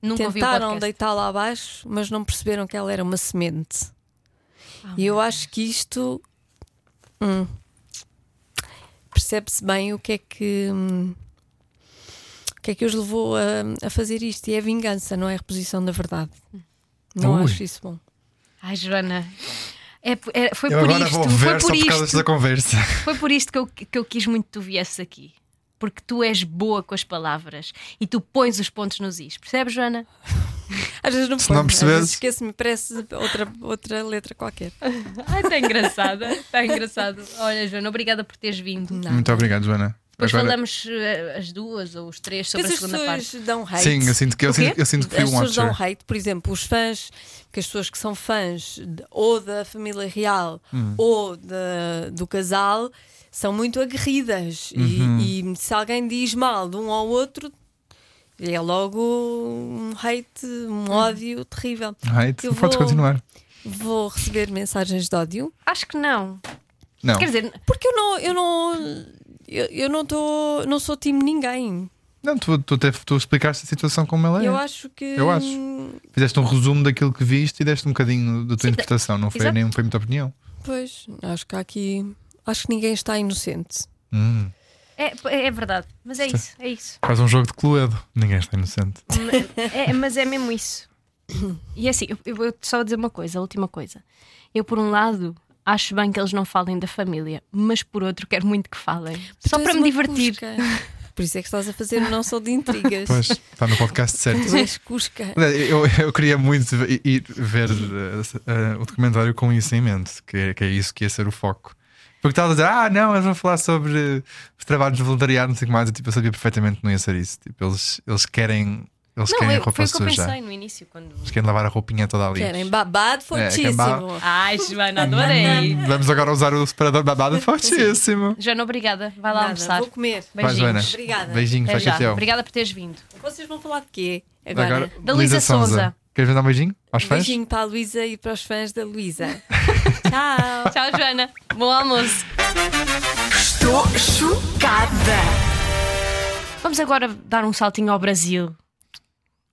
A: Nunca ouvi o
B: tentaram
A: podcast.
B: deitá-la abaixo, mas não perceberam que ela era uma semente.
A: Ah,
B: e eu acho que isto hum, percebe-se bem o que é que. hum, o que é que os levou a, a fazer isto? E é vingança, não é a reposição da verdade. Não
E: Ui.
B: acho isso bom.
A: Ai, Joana. É po- é- foi,
E: eu
A: por
E: agora vou
A: isto, foi
E: ver só
A: por
E: por causa
A: isto.
E: desta conversa.
A: Foi por isto que eu, que eu quis muito que tu viesses aqui. Porque tu és boa com as palavras e tu pões os pontos nos is. Percebes, Joana?
B: Às vezes não
E: Se
B: ponho,
E: não perceberes-
B: às vezes esqueço-me, parece outra, outra letra qualquer.
A: Ai, está engraçada. Está engraçado. Olha, Joana, obrigada por teres vindo.
E: Muito obrigado, Joana.
A: Depois
E: Agora-
A: falamos eh, as duas ou os três sobre
B: Mas
A: a
B: as
A: segunda parte.
B: pessoas dão hate.
E: Sim, eu sinto que, eu
A: O quê?
E: sinto, eu sinto que fui
B: as
E: um
B: pessoas dão
E: watcher.
B: hate, por exemplo, os fãs, que as pessoas que são fãs de- ou da família real
E: Hum.
B: ou da- do casal são muito aguerridas. E-
E: Uhum.
B: E, se alguém diz mal de um ao outro, é logo um hate,
A: Hum.
B: um ódio terrível.
E: Right?
B: Eu
E: Podes
B: vou-
E: continuar.
B: Vou receber mensagens de ódio.
A: Acho que não.
E: Não.
A: Quer dizer,
B: Porque eu não, eu não, eu, eu não tô, não sou time ninguém.
E: Não, tu, tu, até, tu explicaste a situação como ela é.
B: Eu acho que.
E: Eu acho.
B: hum,
E: Fizeste um resumo daquilo que viste e deste um bocadinho da tua
A: Sim,
E: interpretação, não foi,
A: exato.
E: nem, foi muita opinião.
B: Pois, acho que há aqui. Acho que ninguém está inocente.
E: Hum,
A: É, é verdade, mas é isso, é isso.
E: faz um jogo de Cluedo. Ninguém está inocente.
A: É, mas é mesmo isso. E assim, eu, eu vou só dizer uma coisa, a última coisa. Eu, por um lado, acho bem que eles não falem da família, mas por outro, quero muito que falem. Só
B: Tu
A: para
B: és
A: me
B: uma
A: divertir.
B: cusca. Por isso é que estás a fazer o não só de
E: (laughs)
B: intrigas.
E: Pois, está no podcast certo.
B: Tu és cusca.
E: Eu, eu queria muito ve- ir ver eh, eh, o documentário com isso em mente, que é, que é isso que ia ser o foco. Porque estava a dizer, ah, não, eles vão falar sobre os trabalhos de voluntariado, não sei o que mais. Eu, tipo, eu sabia perfeitamente que não ia ser isso. Tipo, eles, eles querem, eles
A: Não,
E: querem
A: eu-
E: a roupa
A: foi o que eu
E: suja.
A: pensei no início. quando
E: Eles querem lavar a roupinha toda ali.
B: Querem babado fortíssimo.
E: É, babado.
A: Ai, Joana, adorei.
E: Vamos agora usar o separador babado fortíssimo.
A: Joana, obrigada. Vai lá
B: Nada,
A: almoçar.
B: vou comer.
E: Vai, Joana.
A: Beijinhos.
B: Obrigada.
E: Beijinhos,
A: Até
E: vai
A: É já.
E: Catiel.
A: Obrigada por teres vindo.
B: Vocês vão falar de quê? Agora.
E: Agora,
A: Da Luísa Sonza.
E: Queres mandar um beijinho aos fãs?
B: Beijinho para a Luísa e para os fãs da
E: (laughs)
B: Luísa. Tchau.
A: Tchau, Joana. Bom almoço.
C: Estou chocada.
A: Vamos agora dar um saltinho ao Brasil.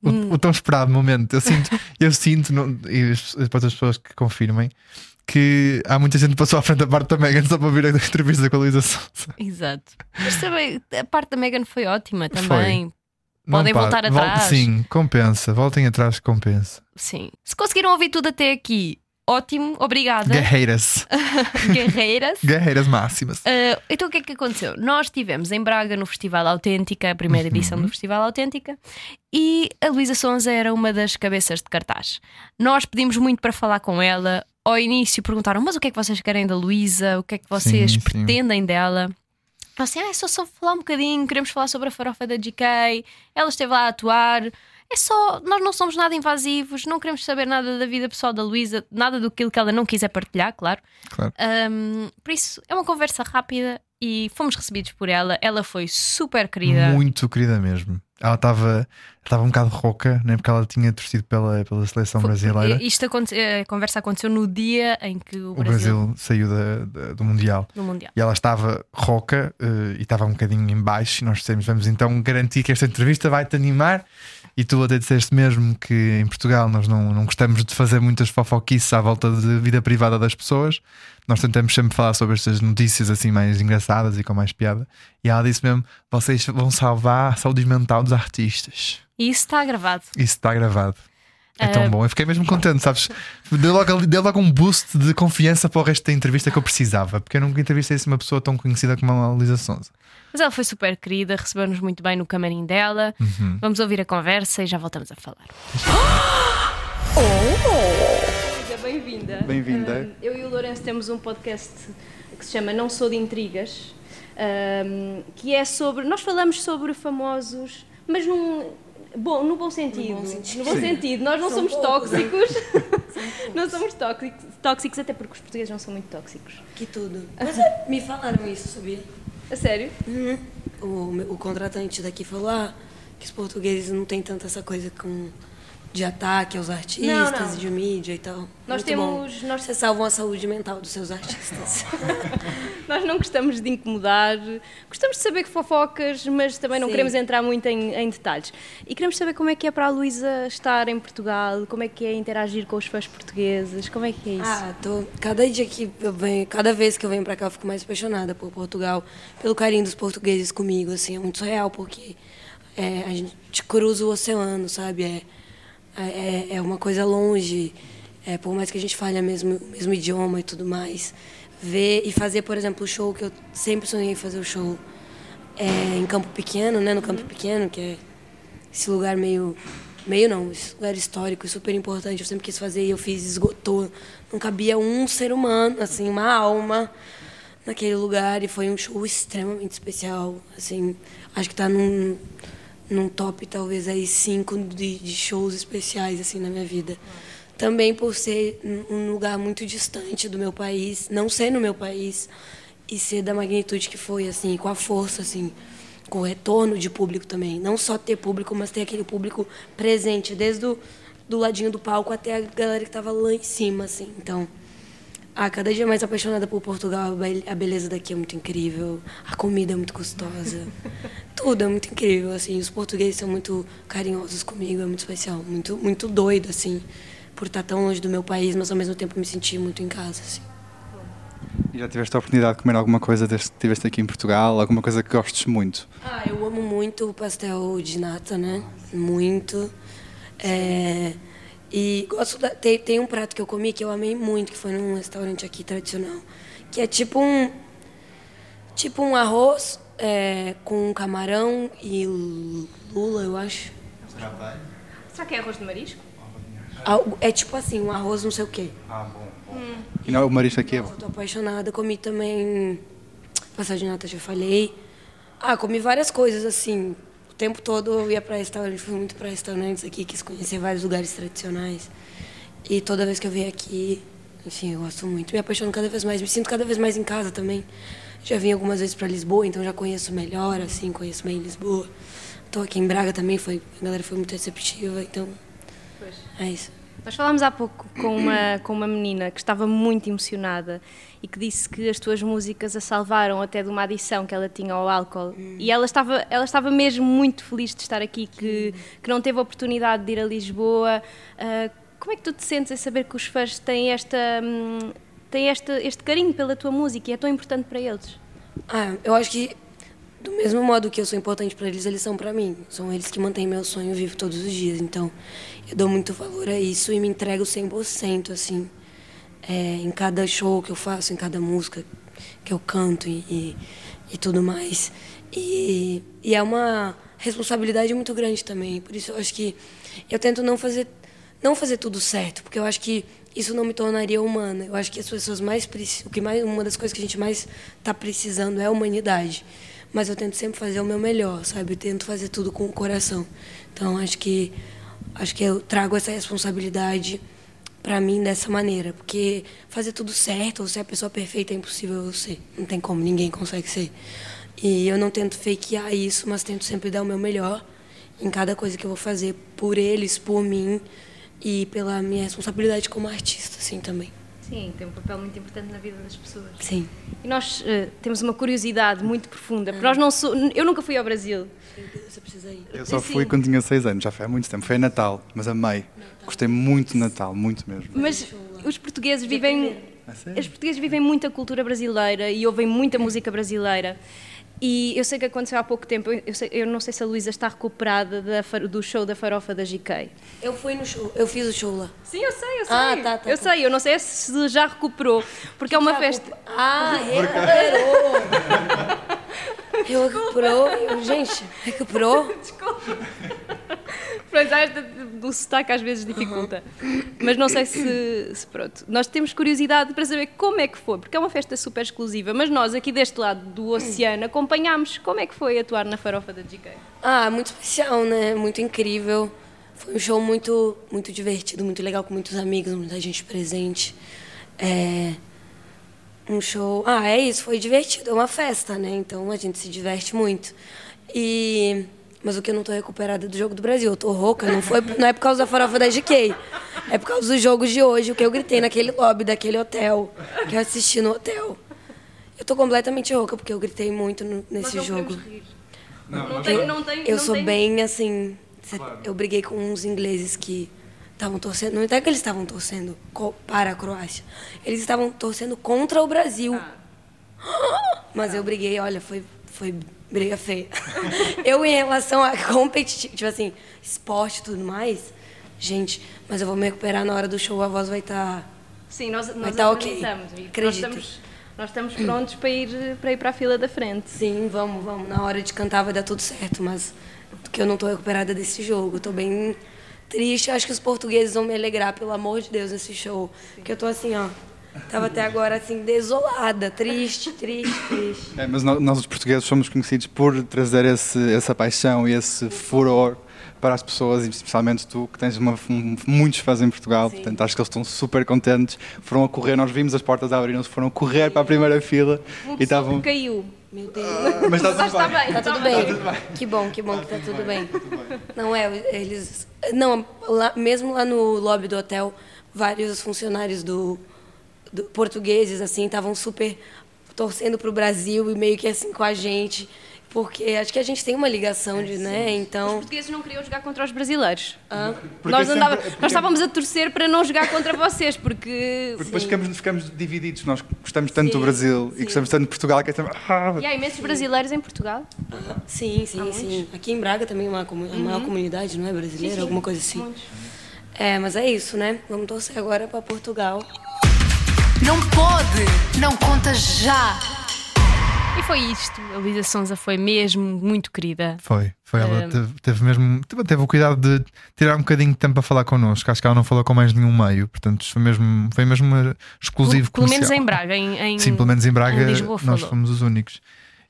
A: Hum.
E: o, o tão esperado momento. Eu sinto, eu sinto não, e as- e para as pessoas que confirmem, que há muita gente que passou à frente da parte da Megan só para ouvir a entrevista com a Luísa Sonza.
A: Exato. Mas também, a parte da Megan foi ótima também.
E: Não
A: Podem
E: pare.
A: voltar
E: Vol-
A: atrás.
E: Sim, compensa. Voltem atrás, que compensa.
A: Sim. Se conseguiram ouvir tudo até aqui, ótimo.
E: (laughs)
A: Obrigada. (laughs)
E: Guerreiras.
A: Guerreiras.
E: Guerreiras máximas.
A: Ah, então o que é que aconteceu? Nós estivemos em Braga no Festival Autêntica, a primeira edição
E: Uhum.
A: do Festival Autêntica, e a Luísa Sonza era uma das cabeças de cartaz. Nós pedimos muito para falar com ela. Ao início perguntaram: mas o que é que vocês querem da Luísa? O que é que vocês
E: Sim, sim.
A: pretendem dela? Ela assim, ah, é só, só falar um bocadinho, queremos falar sobre a farofa da GK, ela esteve lá a atuar. É só, nós não somos nada invasivos, não queremos saber nada da vida pessoal da Luísa, nada daquilo que ela não quiser partilhar, claro.
E: Claro.
A: Um, por isso, é uma conversa rápida e fomos recebidos por ela. Ela foi super querida.
E: Muito querida mesmo. Ela estava estava um bocado rouca, né? porque ela tinha torcido pela, pela seleção
A: Foi-
E: brasileira.
A: e- Isto aconte- eh, a conversa aconteceu no dia em que o,
E: O Brasil saiu da- da- do Mundial.
A: do Mundial.
E: E ela estava roca eh, e estava um bocadinho em baixo. E nós dissemos: vamos então garantir que esta entrevista vai te animar. E tu até disseste mesmo que em Portugal nós não, não gostamos de fazer muitas fofoquices à volta de vida privada das pessoas. Nós tentamos sempre falar sobre estas notícias assim mais engraçadas e com mais piada. E ela disse mesmo: vocês vão salvar a saúde mental dos artistas.
A: E isso está gravado.
E: Isso está gravado. É
A: Ah,
E: tão bom, eu fiquei mesmo contente, sabes? Deu logo, ali- deu logo um boost de confiança para o resto da entrevista que eu precisava, porque eu nunca entrevistei assim uma pessoa tão conhecida como a Lisa Sonza.
A: Mas ela foi super querida, recebeu-nos muito bem no camarim dela.
E: Uhum.
A: Vamos ouvir a conversa e já voltamos a falar. Bem-vinda.
E: Bem-vinda.
A: Um, eu e o Lourenço temos um podcast que se chama Não Sou de Intrigas, um, que é sobre. Nós falamos sobre famosos, mas num. Bom, no bom sentido. No bom sentido. Nós não somos tóxicos. (laughs) não somos tóxicos, tóxicos, até porque os portugueses não são muito tóxicos.
F: Que
A: (laughs)
F: tudo. Mas é, me falaram isso, sabia?
A: A sério?
F: O, meu- o contratante daqui falou ah, que os portugueses não têm tanta essa coisa com, de ataque aos artistas
A: Não, não.
F: e de mídia e tal.
A: Nós
F: Muito
A: temos-
F: Bom.
A: nós-
F: Vocês salvam a saúde mental dos
A: (laughs)
F: seus artistas.
A: Nós não gostamos de incomodar, gostamos de saber que fofocas, mas também não
F: Sim.
A: queremos entrar muito em, em detalhes. E queremos saber como é que é para a Luísa estar em Portugal, como é que é interagir com os fãs portugueses, como é que é isso?
F: ah, tô. Cada dia que eu venho, cada vez que eu venho pra cá, eu fico mais apaixonada por Portugal, pelo carinho dos portugueses comigo, assim, é muito surreal, porque é, a gente cruza o oceano, sabe? É, é, é uma coisa longe, é, por mais que a gente fale o mesmo, o mesmo idioma e tudo mais. Ver e fazer, por exemplo, o show que eu sempre sonhei em fazer o show é, em Campo Pequeno, né? No Campo Pequeno, que é esse lugar meio. Meio não, esse lugar histórico, super importante. Eu sempre quis fazer e eu fiz, esgotou. Não cabia um ser humano, assim, uma alma naquele lugar. E foi um show extremamente especial. Assim, acho que tá num, num top, talvez, aí cinco de, de shows especiais, assim, na minha vida. Também por ser um- um lugar muito distante do meu país, não ser no meu país, e ser da magnitude que foi, assim, com a força, assim, com o retorno de público também. Não só ter público, mas ter aquele público presente, desde o do ladinho do palco até a galera que estava lá em cima, assim. Então, ah, cada dia mais apaixonada por Portugal, a be- a beleza daqui é muito incrível, a comida é muito gostosa. tudo, é muito incrível, assim. Os portugueses são muito carinhosos comigo, é muito especial, muito, muito doido, assim, por estar tão longe do meu país, mas ao mesmo tempo me sentir muito em casa, assim.
G: E já tiveste a oportunidade de comer alguma coisa desde que estiveste aqui em Portugal? Alguma coisa que gostes muito?
F: Ah, eu amo muito o pastel de nata, né? Muito. É, e gosto da- tem, tem um prato que eu comi que eu amei muito, que foi num restaurante aqui tradicional, que é tipo um tipo um arroz é, com camarão e lula, eu acho.
A: Será que é arroz de marisco?
F: Algo- É tipo assim, um arroz não sei o quê.
G: E não, o marisco aqui é bom.
F: Eu tô apaixonada, comi também passagem de nata, já falei. Ah, comi várias coisas, assim. O tempo todo eu ia para restaurante, fui muito para restaurantes aqui, quis conhecer vários lugares tradicionais. E toda vez que eu venho aqui, enfim, eu gosto muito. Me apaixono cada vez mais, me sinto cada vez mais em casa também. Já vim algumas vezes para Lisboa, então já conheço melhor, assim, conheço bem Lisboa. Tô aqui em Braga também, foi, a galera foi muito receptiva, então. É isso.
H: Nós falámos há pouco com uma, com uma menina que estava muito emocionada e que disse que as tuas músicas a salvaram até de uma adição que ela tinha ao álcool. E ela estava, ela estava mesmo muito feliz de estar aqui, que, que não teve a oportunidade de ir a Lisboa. Ah, como é que tu te sentes a saber que os fãs têm, esta, hum, têm esta, este carinho pela tua música e é tão importante para eles?
F: Ah, eu acho que do mesmo modo que eu sou importante para eles, eles são para mim. São eles que mantêm meu sonho vivo todos os dias. Então, eu dou muito valor a isso e me entrego 100%, assim, é, em cada show que eu faço, em cada música que eu canto e, e, e tudo mais. E, e é uma responsabilidade muito grande também. Por isso, eu acho que eu tento não fazer não fazer tudo certo, porque eu acho que isso não me tornaria humana. Eu acho que as pessoas mais preci- o que mais uma das coisas que a gente mais está precisando é a humanidade. Mas eu tento sempre fazer o meu melhor, sabe? Eu tento fazer tudo com o coração. Então acho que acho que eu trago essa responsabilidade para mim dessa maneira, porque fazer tudo certo ou ser a pessoa perfeita é impossível eu ser. Não tem como, ninguém consegue ser. E eu não tento fakear isso, mas tento sempre dar o meu melhor em cada coisa que eu vou fazer por eles, por mim e pela minha responsabilidade como artista, assim também.
H: Sim, tem um papel muito importante na vida das pessoas.
F: Sim.
H: E nós eh, temos uma curiosidade muito profunda. porque Nós não sou, eu nunca fui ao Brasil.
F: Você precisa ir.
G: Eu só
H: Sim.
G: fui quando tinha 6 anos, já foi há muito tempo. Foi em Natal, mas amei. Gostei muito de Natal, muito mesmo.
H: Mas é os portugueses vivem
G: A sério? É.
H: os portugueses vivem muita cultura brasileira e ouvem muita música brasileira. E eu sei que aconteceu há pouco tempo, eu, eu sei- eu não sei se a Luísa está recuperada da far- do show da farofa da GK.
F: Eu fui no show, eu fiz o show lá.
H: Sim, eu sei, eu sei.
F: Ah, tá, tá,
H: eu
F: tá.
H: sei, eu não sei se já recuperou, porque é uma festa.
F: Ah, recuperou! Eu recuperou, eu- gente, recuperou?
H: Pois há esta, o sotaque às vezes dificulta. Mas não sei se, se pronto. Nós temos curiosidade para saber como é que foi, porque é uma festa super exclusiva, mas nós aqui deste lado do oceano acompanhámos como é que foi atuar na farofa da GK.
F: Ah, muito especial, né? Muito incrível. Foi um show muito, muito divertido, muito legal, com muitos amigos, muita gente presente. É, um show. Ah, é isso, foi divertido. É uma festa, né? Então a gente se diverte muito. E. Mas o que eu não tô recuperada é do jogo do Brasil, eu tô rouca, não, foi, não é por causa da farofa da GK. É por causa dos jogos de hoje, o que eu gritei naquele lobby daquele hotel, que eu assisti no hotel. Eu tô completamente rouca, porque eu gritei muito no-
H: é
F: nesse jogo.
H: Não tem, não tem,
F: Eu
H: não
F: sou
H: tem-
F: bem assim. cê- Eu briguei com uns ingleses que estavam torcendo. Não é que eles estavam torcendo co- para a Croácia. Eles estavam torcendo contra o Brasil.
H: Ah.
F: (gasps) Mas eu briguei, olha, foi, foi briga feia. (laughs) eu, em relação a competitivo, tipo assim, esporte e tudo mais, gente, mas eu vou me recuperar na hora do show, a voz vai tá estar.
H: Sim, nós, nós
F: Mas tá ok.
H: acreditamos. e Nós
F: Acredito.
H: estamos, nós estamos prontos para ir, para ir para a fila da frente.
F: Sim, vamos, vamos. Na hora de cantar vai dar tudo certo, mas porque eu não tô recuperada desse jogo. Eu Tô bem triste. Acho que os portugueses vão me alegrar, pelo amor de Deus, nesse show. Porque eu tô assim, ó. Tava até agora assim, desolada, triste, triste, triste.
G: É, mas no- nós, os portugueses, somos conhecidos por trazer esse- essa paixão e esse furor para as pessoas, e especialmente tu, que tens uma- um- muitos fãs em Portugal, portanto acho que eles estão super contentes. Foram a correr, nós vimos as portas abriram-se, foram a correr para a primeira fila
H: Uma
G: e
H: pessoa
G: estavam.
H: que caiu.
F: Meu Deus.
G: Mas está
H: Mas
G: tudo
H: está
G: bem.
H: bem.
F: Tá tudo bem. Que bom, que bom que tá tudo bem. Não é, eles. Não, lá- mesmo lá no lobby do hotel, vários funcionários do, do- portugueses assim estavam super torcendo pro Brasil e meio que assim com a gente. Porque acho que a gente tem uma ligação de, né?
H: Os
F: Então.
H: portugueses não queriam jogar contra os brasileiros.
F: Ah,
G: Porque
H: Nós,
G: é
H: andava-
G: sempre- porque-
H: nós estávamos a torcer para não jogar contra vocês, porque.
G: Porque depois ficamos, ficamos divididos. Nós gostamos tanto do Brasil e gostamos tanto de Portugal que é sempre. Ah,
H: E há imensos brasileiros em Portugal.
F: Sim, sim, sim. Aqui em Braga também é uma comu- a maior comunidade, não é? Brasileira, alguma coisa assim. É, mas é isso, né? Vamos torcer agora para Portugal.
C: Não pode, não conta já.
A: E foi isto. A Luísa Sonza foi mesmo muito querida.
E: Foi, foi ela.
A: Um,
E: Teve, teve mesmo, teve, teve o cuidado de tirar um bocadinho de tempo para falar connosco. Acho que ela não falou com mais nenhum meio, portanto foi mesmo, foi mesmo uh, exclusivo.
A: Pelo, pelo menos
E: comercial.
A: em Braga. Em, em-
E: Sim, pelo menos em Braga
A: em Lisboa
E: nós
A: falou.
E: fomos os únicos.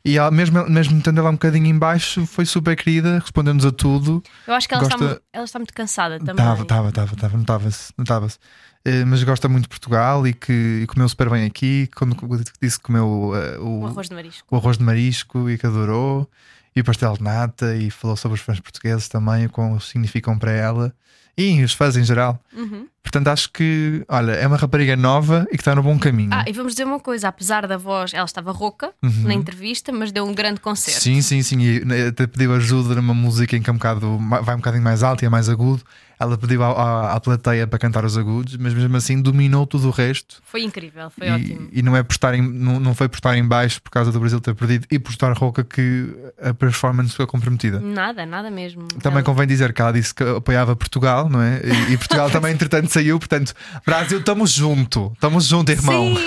E: E ela, mesmo, mesmo estando ela um bocadinho em baixo, foi super querida, respondeu-nos a tudo.
A: Eu acho que ela, está,
E: Gosta-
A: mu- ela está muito cansada também.
E: Estava, estava, estava, estava, notava-se, notava-se. Eh, Mas gosta muito de Portugal e que e comeu super bem aqui. Quando disse que comeu eh,
A: Um
E: o,
A: arroz de marisco.
E: o arroz de marisco e que adorou, e o pastel de nata, e falou sobre os fãs portugueses também, o quão eles significam para ela e os fãs em geral.
A: Uhum.
E: Portanto, acho que, olha, é uma rapariga nova e que está no bom caminho.
A: Ah, e vamos dizer uma coisa: apesar da voz, ela estava rouca na entrevista, mas deu um grande concerto.
E: Uhum. Sim, sim, sim. E né, até pediu ajuda numa música em que é um bocado, ma- vai um bocadinho mais alto e é mais agudo. Ela pediu à, à, à plateia para cantar os agudos, mas mesmo assim dominou tudo o resto.
A: Foi incrível, foi ótimo.
E: E, e não, é por estar em, não, não foi por estar em baixo por causa do Brasil ter perdido e por estar rouca que a performance ficou comprometida.
A: Nada, nada mesmo.
E: Também
A: Ela-
E: convém dizer que ela disse que apoiava Portugal, não é? E,
A: (laughs)
E: e Portugal também, entretanto, saiu. Portanto, Brasil, estamos junto, estamos junto, irmão.
A: Sim,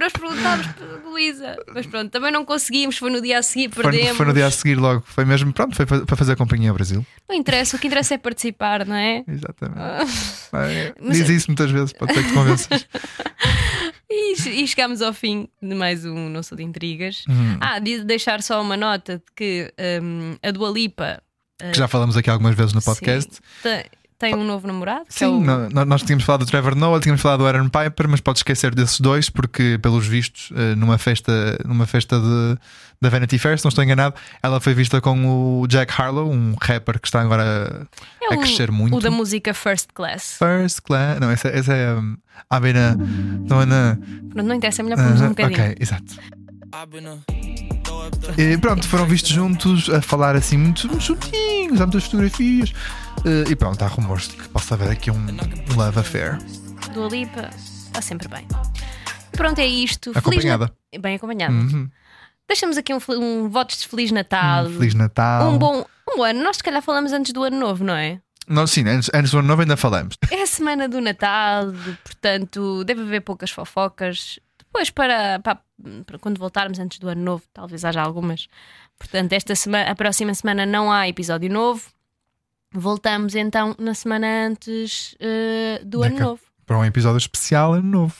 A: nós perguntámos para Luísa, mas pronto, também não conseguimos. Foi no dia a seguir,
E: Foi,
A: perdemos.
E: foi no dia a seguir logo, foi mesmo, pronto, foi fa- para fazer companhia ao Brasil.
A: Não interessa, o que interessa é participar, não é?
E: Exatamente. É,
A: (laughs) mas-
E: Diz isso muitas vezes, pode ser que
A: (laughs)
E: te convenças.
A: E, che- e chegámos ao fim de mais um Não Sou de Intrigas.
E: Uhum.
A: Ah, de deixar só uma nota de que hum, a Dua Lipa
E: que já falamos aqui algumas vezes no podcast.
A: sim, tem, tem um novo namorado. que é
E: Sim,
A: o-
E: no- no- nós tínhamos falado do Trevor Noah, tínhamos falado do Aaron Piper, mas pode esquecer desses dois, porque, pelos vistos, eh, numa festa, numa festa de, da Vanity Fair, se não estou enganado, ela foi vista com o Jack Harlow, um rapper que está agora
A: é
E: a
A: o-
E: crescer muito.
A: O da música First Class.
E: First Class. Não, essa, essa é. Um, I've been a. Não, não,
A: Pronto, não interessa, é melhor pôrmos um bocadinho.
E: Ah, ok, exato. E pronto, foram vistos juntos a falar assim muito muito juntinhos, há muitas fotografias. Eh, E pronto, há rumores de que possa haver aqui um love affair.
A: Dua Lipa está sempre bem. Pronto, é isto.
E: Acompanhada.
A: Feliz na- Bem acompanhada.
E: Uhum.
A: Deixamos aqui um, fel- um voto de Feliz Natal.
E: Feliz Natal.
A: Um bom, um bom ano. Nós, se calhar, falamos antes do ano novo, não é?
E: Não, sim, antes, antes do ano novo ainda falamos.
A: É a semana do Natal, portanto, deve haver poucas fofocas. Depois, para, para- para quando voltarmos antes do ano novo, talvez haja algumas. Portanto, esta semana, a próxima semana não há episódio novo. Voltamos então na semana antes eh, do
E: Na
A: ano
E: cap-
A: novo.
E: Para um episódio especial, ano novo.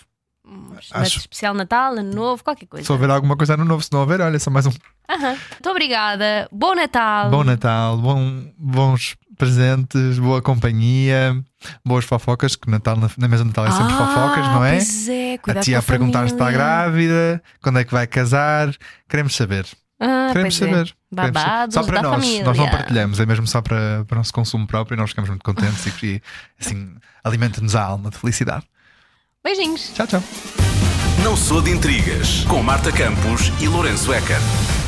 A: Mas especial Natal, ano novo, qualquer coisa.
E: Se houver alguma coisa ano novo, se não houver, olha, só mais um
A: Aham. Muito obrigada. Bom Natal.
E: Bom Natal, bom- bons presentes, boa companhia, boas fofocas, que Natal na, na mesa de Natal é sempre fofocas, não é?
A: Ah, Pois é,
E: A
A: cuidado
E: tia
A: com
E: a perguntar se está
A: família.
E: grávida, quando é que vai casar, queremos saber.
A: Ah,
E: Queremos
A: pois é.
E: saber. queremos saber.
A: Babados
E: Só para
A: da
E: nós,
A: família.
E: nós não partilhamos, é mesmo só para, para o nosso consumo próprio e nós ficamos muito contentes e, e assim alimenta-nos a alma de felicidade.
A: Beijinhos.
E: Tchau, tchau.
D: Não sou de intrigas com Marta Campos e Lourenço Eker.